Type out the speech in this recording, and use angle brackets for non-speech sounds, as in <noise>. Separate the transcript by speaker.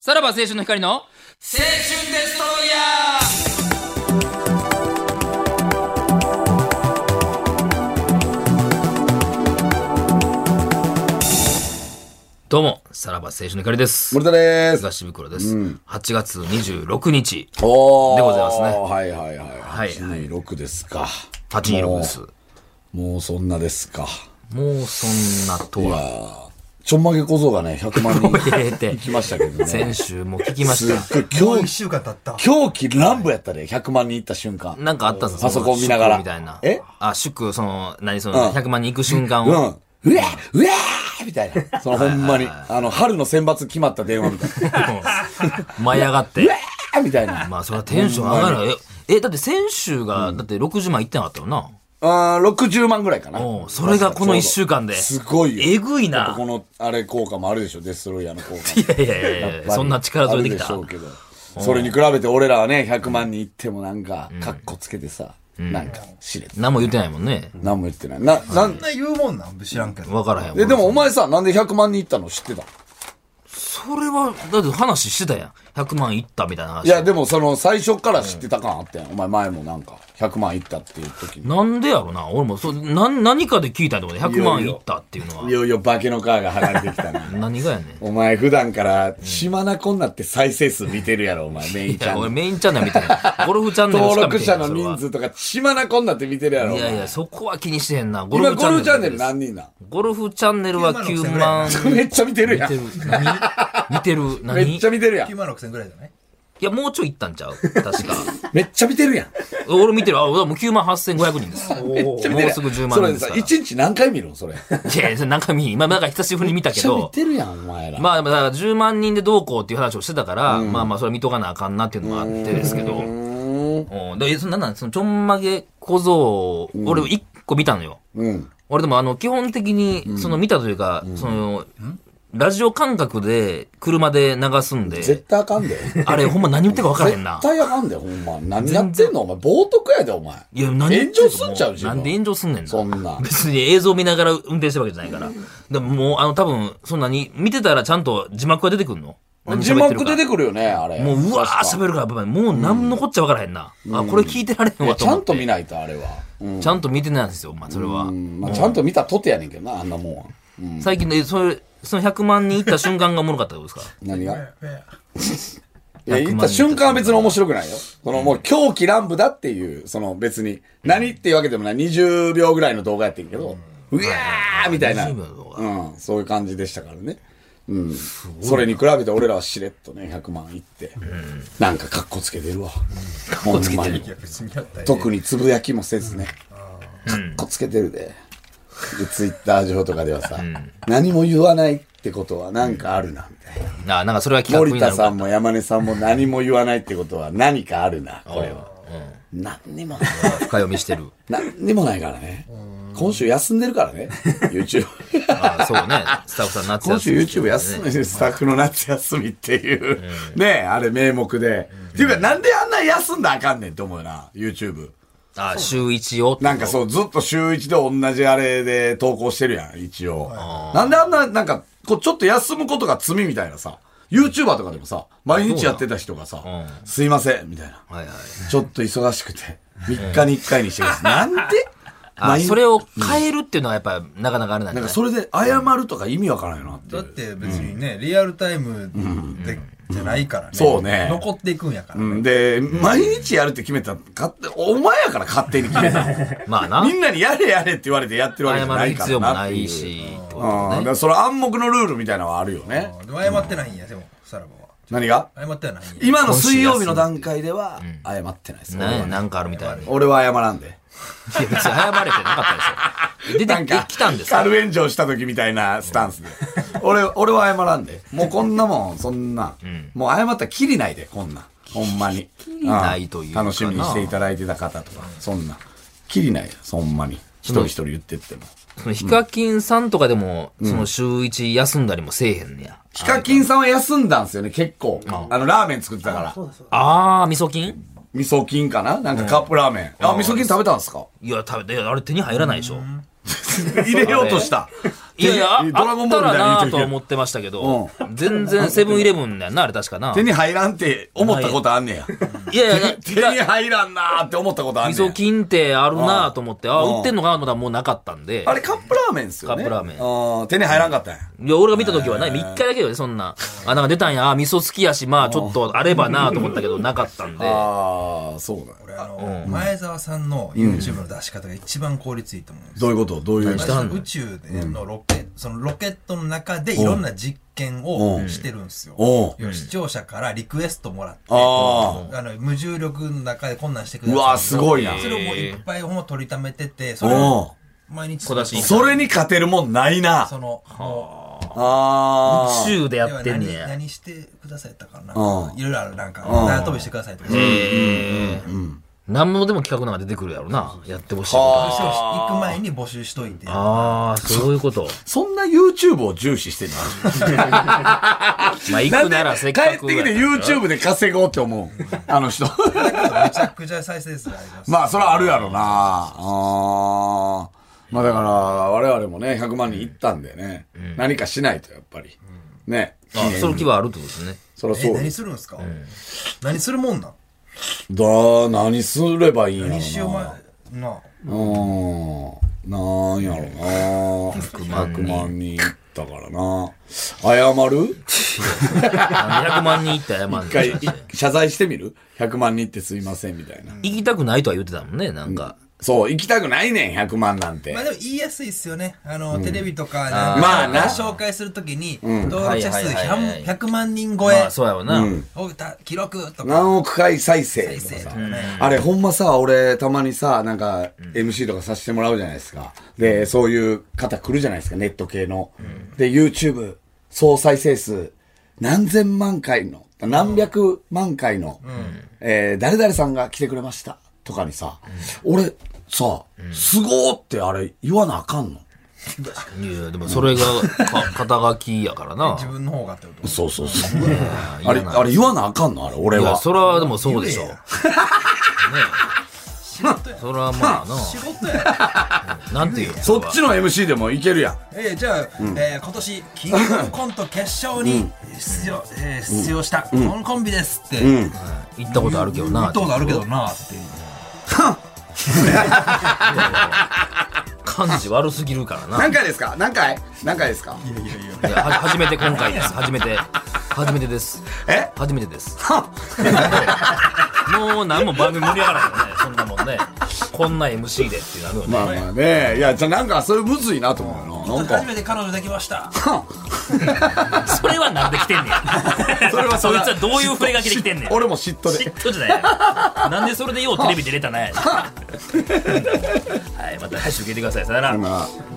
Speaker 1: さらば青春の光の青春デストロイヤーどうも、さらば青春の光です。
Speaker 2: 森田です。
Speaker 1: 東袋です。8月26日、
Speaker 2: おー
Speaker 1: でございますね
Speaker 2: はいはいはいい。826ですか。
Speaker 1: 826です。
Speaker 2: もう。もうそんなですか。
Speaker 1: もうそんなとは。
Speaker 2: ちょんまげ小僧がね、100万人
Speaker 1: <laughs> 入れて
Speaker 2: 行きましたけどね。
Speaker 1: 先週も聞きまし。
Speaker 2: すったごい
Speaker 3: もう
Speaker 2: 狂
Speaker 3: 一週間経った。
Speaker 2: 狂気乱舞やったで、100万人行った瞬間。
Speaker 1: なんかあったんです
Speaker 2: パソコン見ながら
Speaker 1: 祝みたいな。
Speaker 2: え
Speaker 1: あ、祝、その、何そ
Speaker 2: うん
Speaker 1: の、100万人行く瞬間
Speaker 2: うん。う
Speaker 1: を。
Speaker 2: わうわーみたいな。そのほんまに。あの、春の選抜決まった電話みたい
Speaker 1: <laughs>
Speaker 2: な。
Speaker 1: <laughs>
Speaker 2: う
Speaker 1: 舞い上がって。
Speaker 2: わーみたいな。
Speaker 1: まあ、それはテンション上がるよ。え、えだって先週が、だって60万いってなかったよな。
Speaker 2: あー60万ぐらいかな
Speaker 1: おう。それがこの一週間です
Speaker 2: ごいよ。
Speaker 1: えぐいな
Speaker 2: やっぱこの、あれ効果もあるでしょ、デストロイヤーの効果も。
Speaker 1: いやいやいやいや、そんな力添えてき
Speaker 2: あ
Speaker 1: た。
Speaker 2: るでしょうけどそれに比べて俺らはね、100万人いってもなんか、カッコつけてさ、なんか、しれつ。
Speaker 1: 何も言ってないもんね。
Speaker 2: 何も言ってない。な、なん
Speaker 3: そん、な言うもんなん知らんけど。
Speaker 1: わからへん。
Speaker 2: え、でもお前さ、なんで100万人いったの知ってた
Speaker 1: それは、だって話してたやん。100万いったみたいな話。
Speaker 2: いや、でもその、最初から知ってた感あったやん。お前前もなんか、100万いったっていう時に。。
Speaker 1: なんでやろな。俺も、そう、なん、何かで聞いたとこで100万いったっていうのはい
Speaker 2: よいよ化けの皮が剥がれてきたな。
Speaker 1: <laughs> 何がやねん。
Speaker 2: お前普段から、島なこになって再生数見てるやろ、お前、メイン
Speaker 1: い
Speaker 2: チャ
Speaker 1: や、俺
Speaker 2: ンネル。
Speaker 1: メインチャンネルみたいな。ゴルフチャンネルし
Speaker 2: 登
Speaker 1: か見
Speaker 2: 録
Speaker 1: てへ
Speaker 2: 者
Speaker 1: ん
Speaker 2: の
Speaker 1: それは
Speaker 2: 人数とか、島なこになって見てるやろ、お
Speaker 1: いやい
Speaker 2: 前。
Speaker 1: や、そこは気にしてへんな。ゴ
Speaker 2: 今、ゴルフチャンネル
Speaker 1: です
Speaker 2: 何人なん
Speaker 1: ゴルフチャンネルは9万。
Speaker 2: めっちゃ見てるやん。
Speaker 1: 見てる。見てる。何
Speaker 2: めっちゃ見てるやん
Speaker 3: 9。万6千ぐらいじゃない
Speaker 1: いや、もうちょい行ったんちゃう確か。
Speaker 2: めっちゃ見てるや
Speaker 1: <laughs>
Speaker 2: ん。
Speaker 1: 俺見てる。あ、もう9万8500人
Speaker 2: <laughs>
Speaker 1: です。もうすぐ10万
Speaker 2: そ
Speaker 1: 人
Speaker 2: れ
Speaker 1: です
Speaker 2: さ
Speaker 1: か、ら。い
Speaker 2: 一日何回見るのそれ。めっ
Speaker 1: やいや、それなんか見に、今、なんか久しぶりに見たけ
Speaker 2: ちゃ見
Speaker 1: ど。
Speaker 2: てるやん、お前ら。
Speaker 1: まあでもだから10万人でどうこうっていう話をしてたから、まあまあそれは見とかなあかんなっていうのがあってですけど。
Speaker 2: うーん。
Speaker 1: うんで、そんなんなん、そのちょんまげ小僧、俺1個見たのよ。
Speaker 2: うん。
Speaker 1: 俺でもあの、基本的に、その見たというか、その、ラジオ感覚で車で流すん
Speaker 2: 絶
Speaker 1: で、
Speaker 2: 対あ
Speaker 1: <laughs>
Speaker 2: かんで。
Speaker 1: あれほんま何言ってるか分からへんな
Speaker 2: 絶。対あかんで、ほんま。何やってんのお前、冒涜やで、お前。
Speaker 1: いや、何言って
Speaker 2: 炎上すんちゃう
Speaker 1: も
Speaker 2: 自分
Speaker 1: なんで炎上すんねんな
Speaker 2: そんな
Speaker 1: <laughs> 別に映像見ながら運転してるわけじゃないから。でももう、あの、多分、そんなに、見てたらちゃんと字幕が出てくるの
Speaker 2: 字幕出
Speaker 1: て
Speaker 2: てくるよね、あれ。
Speaker 1: もう、うわー
Speaker 2: 確か
Speaker 1: 喋るから、やっぱりもう何のこっちゃ分からへんな。あ、これ聞いてられへん
Speaker 2: いや
Speaker 1: わと
Speaker 2: ちゃ
Speaker 1: 思
Speaker 2: ん
Speaker 1: っ
Speaker 2: と
Speaker 1: て。
Speaker 2: 見ないと、あれは。うん。
Speaker 1: ちゃんと見てないんですよ、まあ、それは。
Speaker 2: まあ、ちゃんと見たとてやねんけどな、あんなもんは。うん
Speaker 1: 最近で、それ、その100万人いった瞬間がおもろかったってことですか
Speaker 2: 何がいや、
Speaker 1: 100
Speaker 2: 言った瞬間は別に面白くないよ。そのもう狂気乱舞だっていう、その別に、何っていうわけでもない、20秒ぐらいの動画やってんけど、うわーみたいな、
Speaker 1: 20
Speaker 2: う
Speaker 1: 秒の動
Speaker 2: ん、そういう感じでしたからね。うん。それに比べて俺らはしれっとね、100万いって、なんか格好つけてるわ。格好つけて
Speaker 3: いや、別にやったよ。
Speaker 2: 特につぶやきもせずね、格好つけてるで。で、ツイッター上とかではさ、何も言わないってことはなんかあるな、みたいな。
Speaker 1: あ、 <laughs> なんかそれは企画
Speaker 2: 森
Speaker 1: にな
Speaker 2: 田
Speaker 1: る
Speaker 2: さ
Speaker 1: か
Speaker 2: んも山根さんも何も言わないってことは何かあるな、これは。何にもない。
Speaker 1: 深読みして <laughs> る。
Speaker 2: 何にもないからね。今週休んでるからね、YouTube。 <laughs>
Speaker 1: あそうね。スタッフさん夏
Speaker 2: 今
Speaker 1: 休
Speaker 2: 週
Speaker 1: み。
Speaker 2: YouTube 休み、スタッフの夏休みっていう、ねえ、あれ名目で。っていうか、なんであんな休んだらあかんねんって思うよな、YouTube。
Speaker 1: あ、週一を。
Speaker 2: なんかそう、ずっと週一で同じあれで投稿してるやん、一応。なんであんな、なんか、こうちょっと休むことが罪みたいなさ、YouTuber とかでもさ、毎日やってた人がさ、すいません、みたいな。
Speaker 1: はいはい。
Speaker 2: ちょっと忙しくて、3日に1回にしてます。なんで
Speaker 1: あ、
Speaker 2: 毎日
Speaker 1: それを変えるっていうのはやっぱ、なかなかあれなんじゃ
Speaker 2: なん
Speaker 1: な
Speaker 2: か
Speaker 1: い
Speaker 2: それで謝るとか意味わからんよなってい
Speaker 3: だっ
Speaker 2: う。
Speaker 3: て別にね、リアルタイムで、じゃないからね。
Speaker 2: そうね
Speaker 3: 残っていくんやから。
Speaker 2: うん、で、毎日やるって決めたの勝手、お前やから勝手に決めたの
Speaker 1: ま <laughs> あな
Speaker 2: み。んなにやれやれって言われてやってるわけじゃ
Speaker 1: 謝
Speaker 2: な
Speaker 1: る
Speaker 2: いか
Speaker 1: 必
Speaker 2: ら
Speaker 1: 要も
Speaker 2: なっ
Speaker 1: な
Speaker 2: ていう。
Speaker 1: いし、ってこと
Speaker 2: うん、だ
Speaker 1: だ
Speaker 2: か
Speaker 1: ね。
Speaker 2: らその暗黙のルールみたいなのはあるよね。
Speaker 3: でも謝ってないんや、でも、さらばは。
Speaker 2: 何が
Speaker 3: 謝ってはないんや。
Speaker 2: 今の水曜日の段階では謝ってないです。俺
Speaker 1: ね
Speaker 2: は
Speaker 1: なんかあるみた
Speaker 2: <laughs>
Speaker 1: いに。いや、
Speaker 2: 俺は謝らんで。
Speaker 1: 別に謝れてなかったでしょ。出
Speaker 2: な
Speaker 1: て
Speaker 2: ん
Speaker 1: きて
Speaker 2: か、
Speaker 1: きたんですか
Speaker 2: 軽炎上した時みたいなスタンスで。俺、俺は謝らんで。もうこんなもん、そんな。もう謝ったらきりないで、こんな。ほんまに。きり
Speaker 1: ないというかな
Speaker 2: 楽しみにしていただいてた方とか、そんな。きりないよ、そんまに。一人一人言ってっても。
Speaker 1: その <laughs> ヒカキンさんとかでも、その週一休んだりもせえへんねや。
Speaker 2: ヒカキンさんは休んだんすよね、結構。あの、ラーメン作ってたから。
Speaker 1: あー、味噌菌
Speaker 2: 味噌菌かななんかカップラーメン。あ、味噌菌食べたんすか
Speaker 1: いや、食べて、あれ手に入らないでしょ。
Speaker 2: 入れようとした。
Speaker 1: いやいや、あ
Speaker 2: 手にドラ
Speaker 1: あ
Speaker 2: ゴン
Speaker 1: っ
Speaker 2: ボー
Speaker 1: た
Speaker 2: ルみ
Speaker 1: ら
Speaker 2: たいに言っ
Speaker 1: な
Speaker 2: て
Speaker 1: ぁと
Speaker 2: るけど
Speaker 1: は思ってましたけど、全
Speaker 2: <laughs>
Speaker 1: 然セブンイレブンやんな、あれ確かな
Speaker 2: 手。に入らんって思ったことあんねや。
Speaker 1: いやいや、
Speaker 2: <laughs> 手に入らんなーって思ったことあん
Speaker 1: 味
Speaker 2: ね
Speaker 1: 噌
Speaker 2: や。
Speaker 1: 菌ってあるなぁと思って、あ
Speaker 2: うん
Speaker 1: 売ってんのかなと思ったらもうなかったんで
Speaker 2: あ。れカップラーメンっすよね。
Speaker 1: カップラーメン
Speaker 2: ン。手に入らんかったんや。
Speaker 1: いや、俺が見た時はね、一回だけよね、そんな。あ、なんか出たんや、あ、味噌好きやし、まあちょっとあればなぁと思ったけど、なかったんで。
Speaker 2: ああ、そうだよ。
Speaker 3: 俺あの、前澤さんの YouTube の出し方が一番効率いいと思うんです
Speaker 2: どういうことどういう
Speaker 1: したんだ
Speaker 3: 宇宙でのロケ、そのロケットの中でいろんな実験
Speaker 2: う
Speaker 3: を
Speaker 2: ん
Speaker 3: してるんですよ。
Speaker 2: おう
Speaker 3: 要は視聴者からリクエストもらって、
Speaker 2: あ
Speaker 3: あの無重力の中で困難してくださいう
Speaker 2: わーすごいな
Speaker 3: それをもういっぱい本を取りためてて、それを
Speaker 2: お
Speaker 3: 毎日
Speaker 1: 小出し
Speaker 2: うそれに勝てるもんないな。
Speaker 3: その、も
Speaker 2: ああ。
Speaker 1: 宇宙で
Speaker 3: う
Speaker 1: やってんね
Speaker 3: 要は何
Speaker 1: や。
Speaker 3: 何してくださいったかな
Speaker 2: うん。
Speaker 3: いろいろある、なんか、
Speaker 2: ん
Speaker 3: 縄跳びしてくださいとか。そう
Speaker 1: 何もでも企画なんか出てくるやろな。やってほしいこ
Speaker 2: は
Speaker 1: と。
Speaker 3: そう行く前に募集しといて。
Speaker 1: ああ、そういうこと。
Speaker 2: そんな YouTube を重視してんの
Speaker 1: まあ行くならせっかく。
Speaker 2: 帰ってきて YouTube で稼ごうって思う。あの人。
Speaker 3: めちゃくちゃ再生数があります。
Speaker 2: まあ、それはあるやろな。あーまあ、だから、我々もね、100万人いったんでね。何かしないと、やっぱり。ね。
Speaker 1: あその気はあるってことですね。
Speaker 2: そりゃ
Speaker 3: え、
Speaker 2: そう
Speaker 3: 何
Speaker 2: です。
Speaker 3: するんですか何するもんなん
Speaker 2: だ、何すればいいんやろな。
Speaker 3: 何しよう前、なあ。
Speaker 2: うん。なんやろな。100万人いったからな。謝る
Speaker 1: あの100万人行ったら、まあ、
Speaker 2: 一
Speaker 1: 行
Speaker 2: 回、謝罪してみる ?100 万人ってすいません、みたいな。
Speaker 1: きたくないとは言ってたもんね、なんか。
Speaker 2: そう、行きたくないねん、100万なんて
Speaker 3: まあ。でも言いやすいっすよね。あの、テレビとかなんか、
Speaker 2: まあな
Speaker 3: 紹介するときに、登録者数
Speaker 1: はいはいはいはい
Speaker 3: 100, 100万人超え
Speaker 1: まあ、、そうやわな。
Speaker 3: をた記録とか、
Speaker 2: 何億回再生とか
Speaker 3: 再生と
Speaker 2: さ
Speaker 3: かね。
Speaker 2: あれ、ほんまさ、俺、たまにさ、なんか、MC とかさせてもらうじゃないですか。で、そういう方来るじゃないですか、ネット系の。で、YouTube、総再生数、何千万回の、何百万回の、えー誰々さんが来てくれました、とかにさ、俺、さ、すごーってあれ、言わなあかん
Speaker 1: い
Speaker 2: の
Speaker 1: や、でもそれが、か肩書きやからな。
Speaker 3: 自分の方がってこと。
Speaker 2: そうそうそう。 <laughs> あれ、あれ言わなあかんのあれ、俺
Speaker 1: いや、
Speaker 2: は。
Speaker 1: それはでもそうでしょ。
Speaker 3: 言え
Speaker 1: ね
Speaker 3: や仕事や。
Speaker 1: それはまあ
Speaker 3: 仕事や。
Speaker 1: な。なんていうの
Speaker 2: そっちの MC でもいけるやん。
Speaker 3: えーじゃあ、えー今年、キングオブコント決勝に出場、えー出場した、このコンビですって。言っ
Speaker 1: 行ったことあるけどな。
Speaker 3: たことあるけどなっていう。
Speaker 1: 感じ悪すぎるからな。
Speaker 2: 何回ですか何回何回ですか
Speaker 3: いやいやいや。
Speaker 1: いやは初めて今回です。初めて。初めてです。
Speaker 2: え
Speaker 1: 初めてです。もう何も番組盛り上がらないよね。そんなもんね。こんな MC でってなるよね。
Speaker 2: まあまあね。いや、じゃあなんかそれむずいなと思うよな。なん
Speaker 3: 初
Speaker 2: か。
Speaker 3: めて彼女できました。
Speaker 1: それはなんで来てんねん。
Speaker 2: それはそ
Speaker 1: そ
Speaker 2: れ
Speaker 1: いつはどういう触れ書きで来てんねん。
Speaker 2: 俺も嫉妬
Speaker 1: 嫉
Speaker 2: で。
Speaker 1: 妬じゃないよなんで
Speaker 2: <laughs>
Speaker 1: それでようテレビ出れたなやはいまた来週聞いてくださいさよなら
Speaker 2: まあ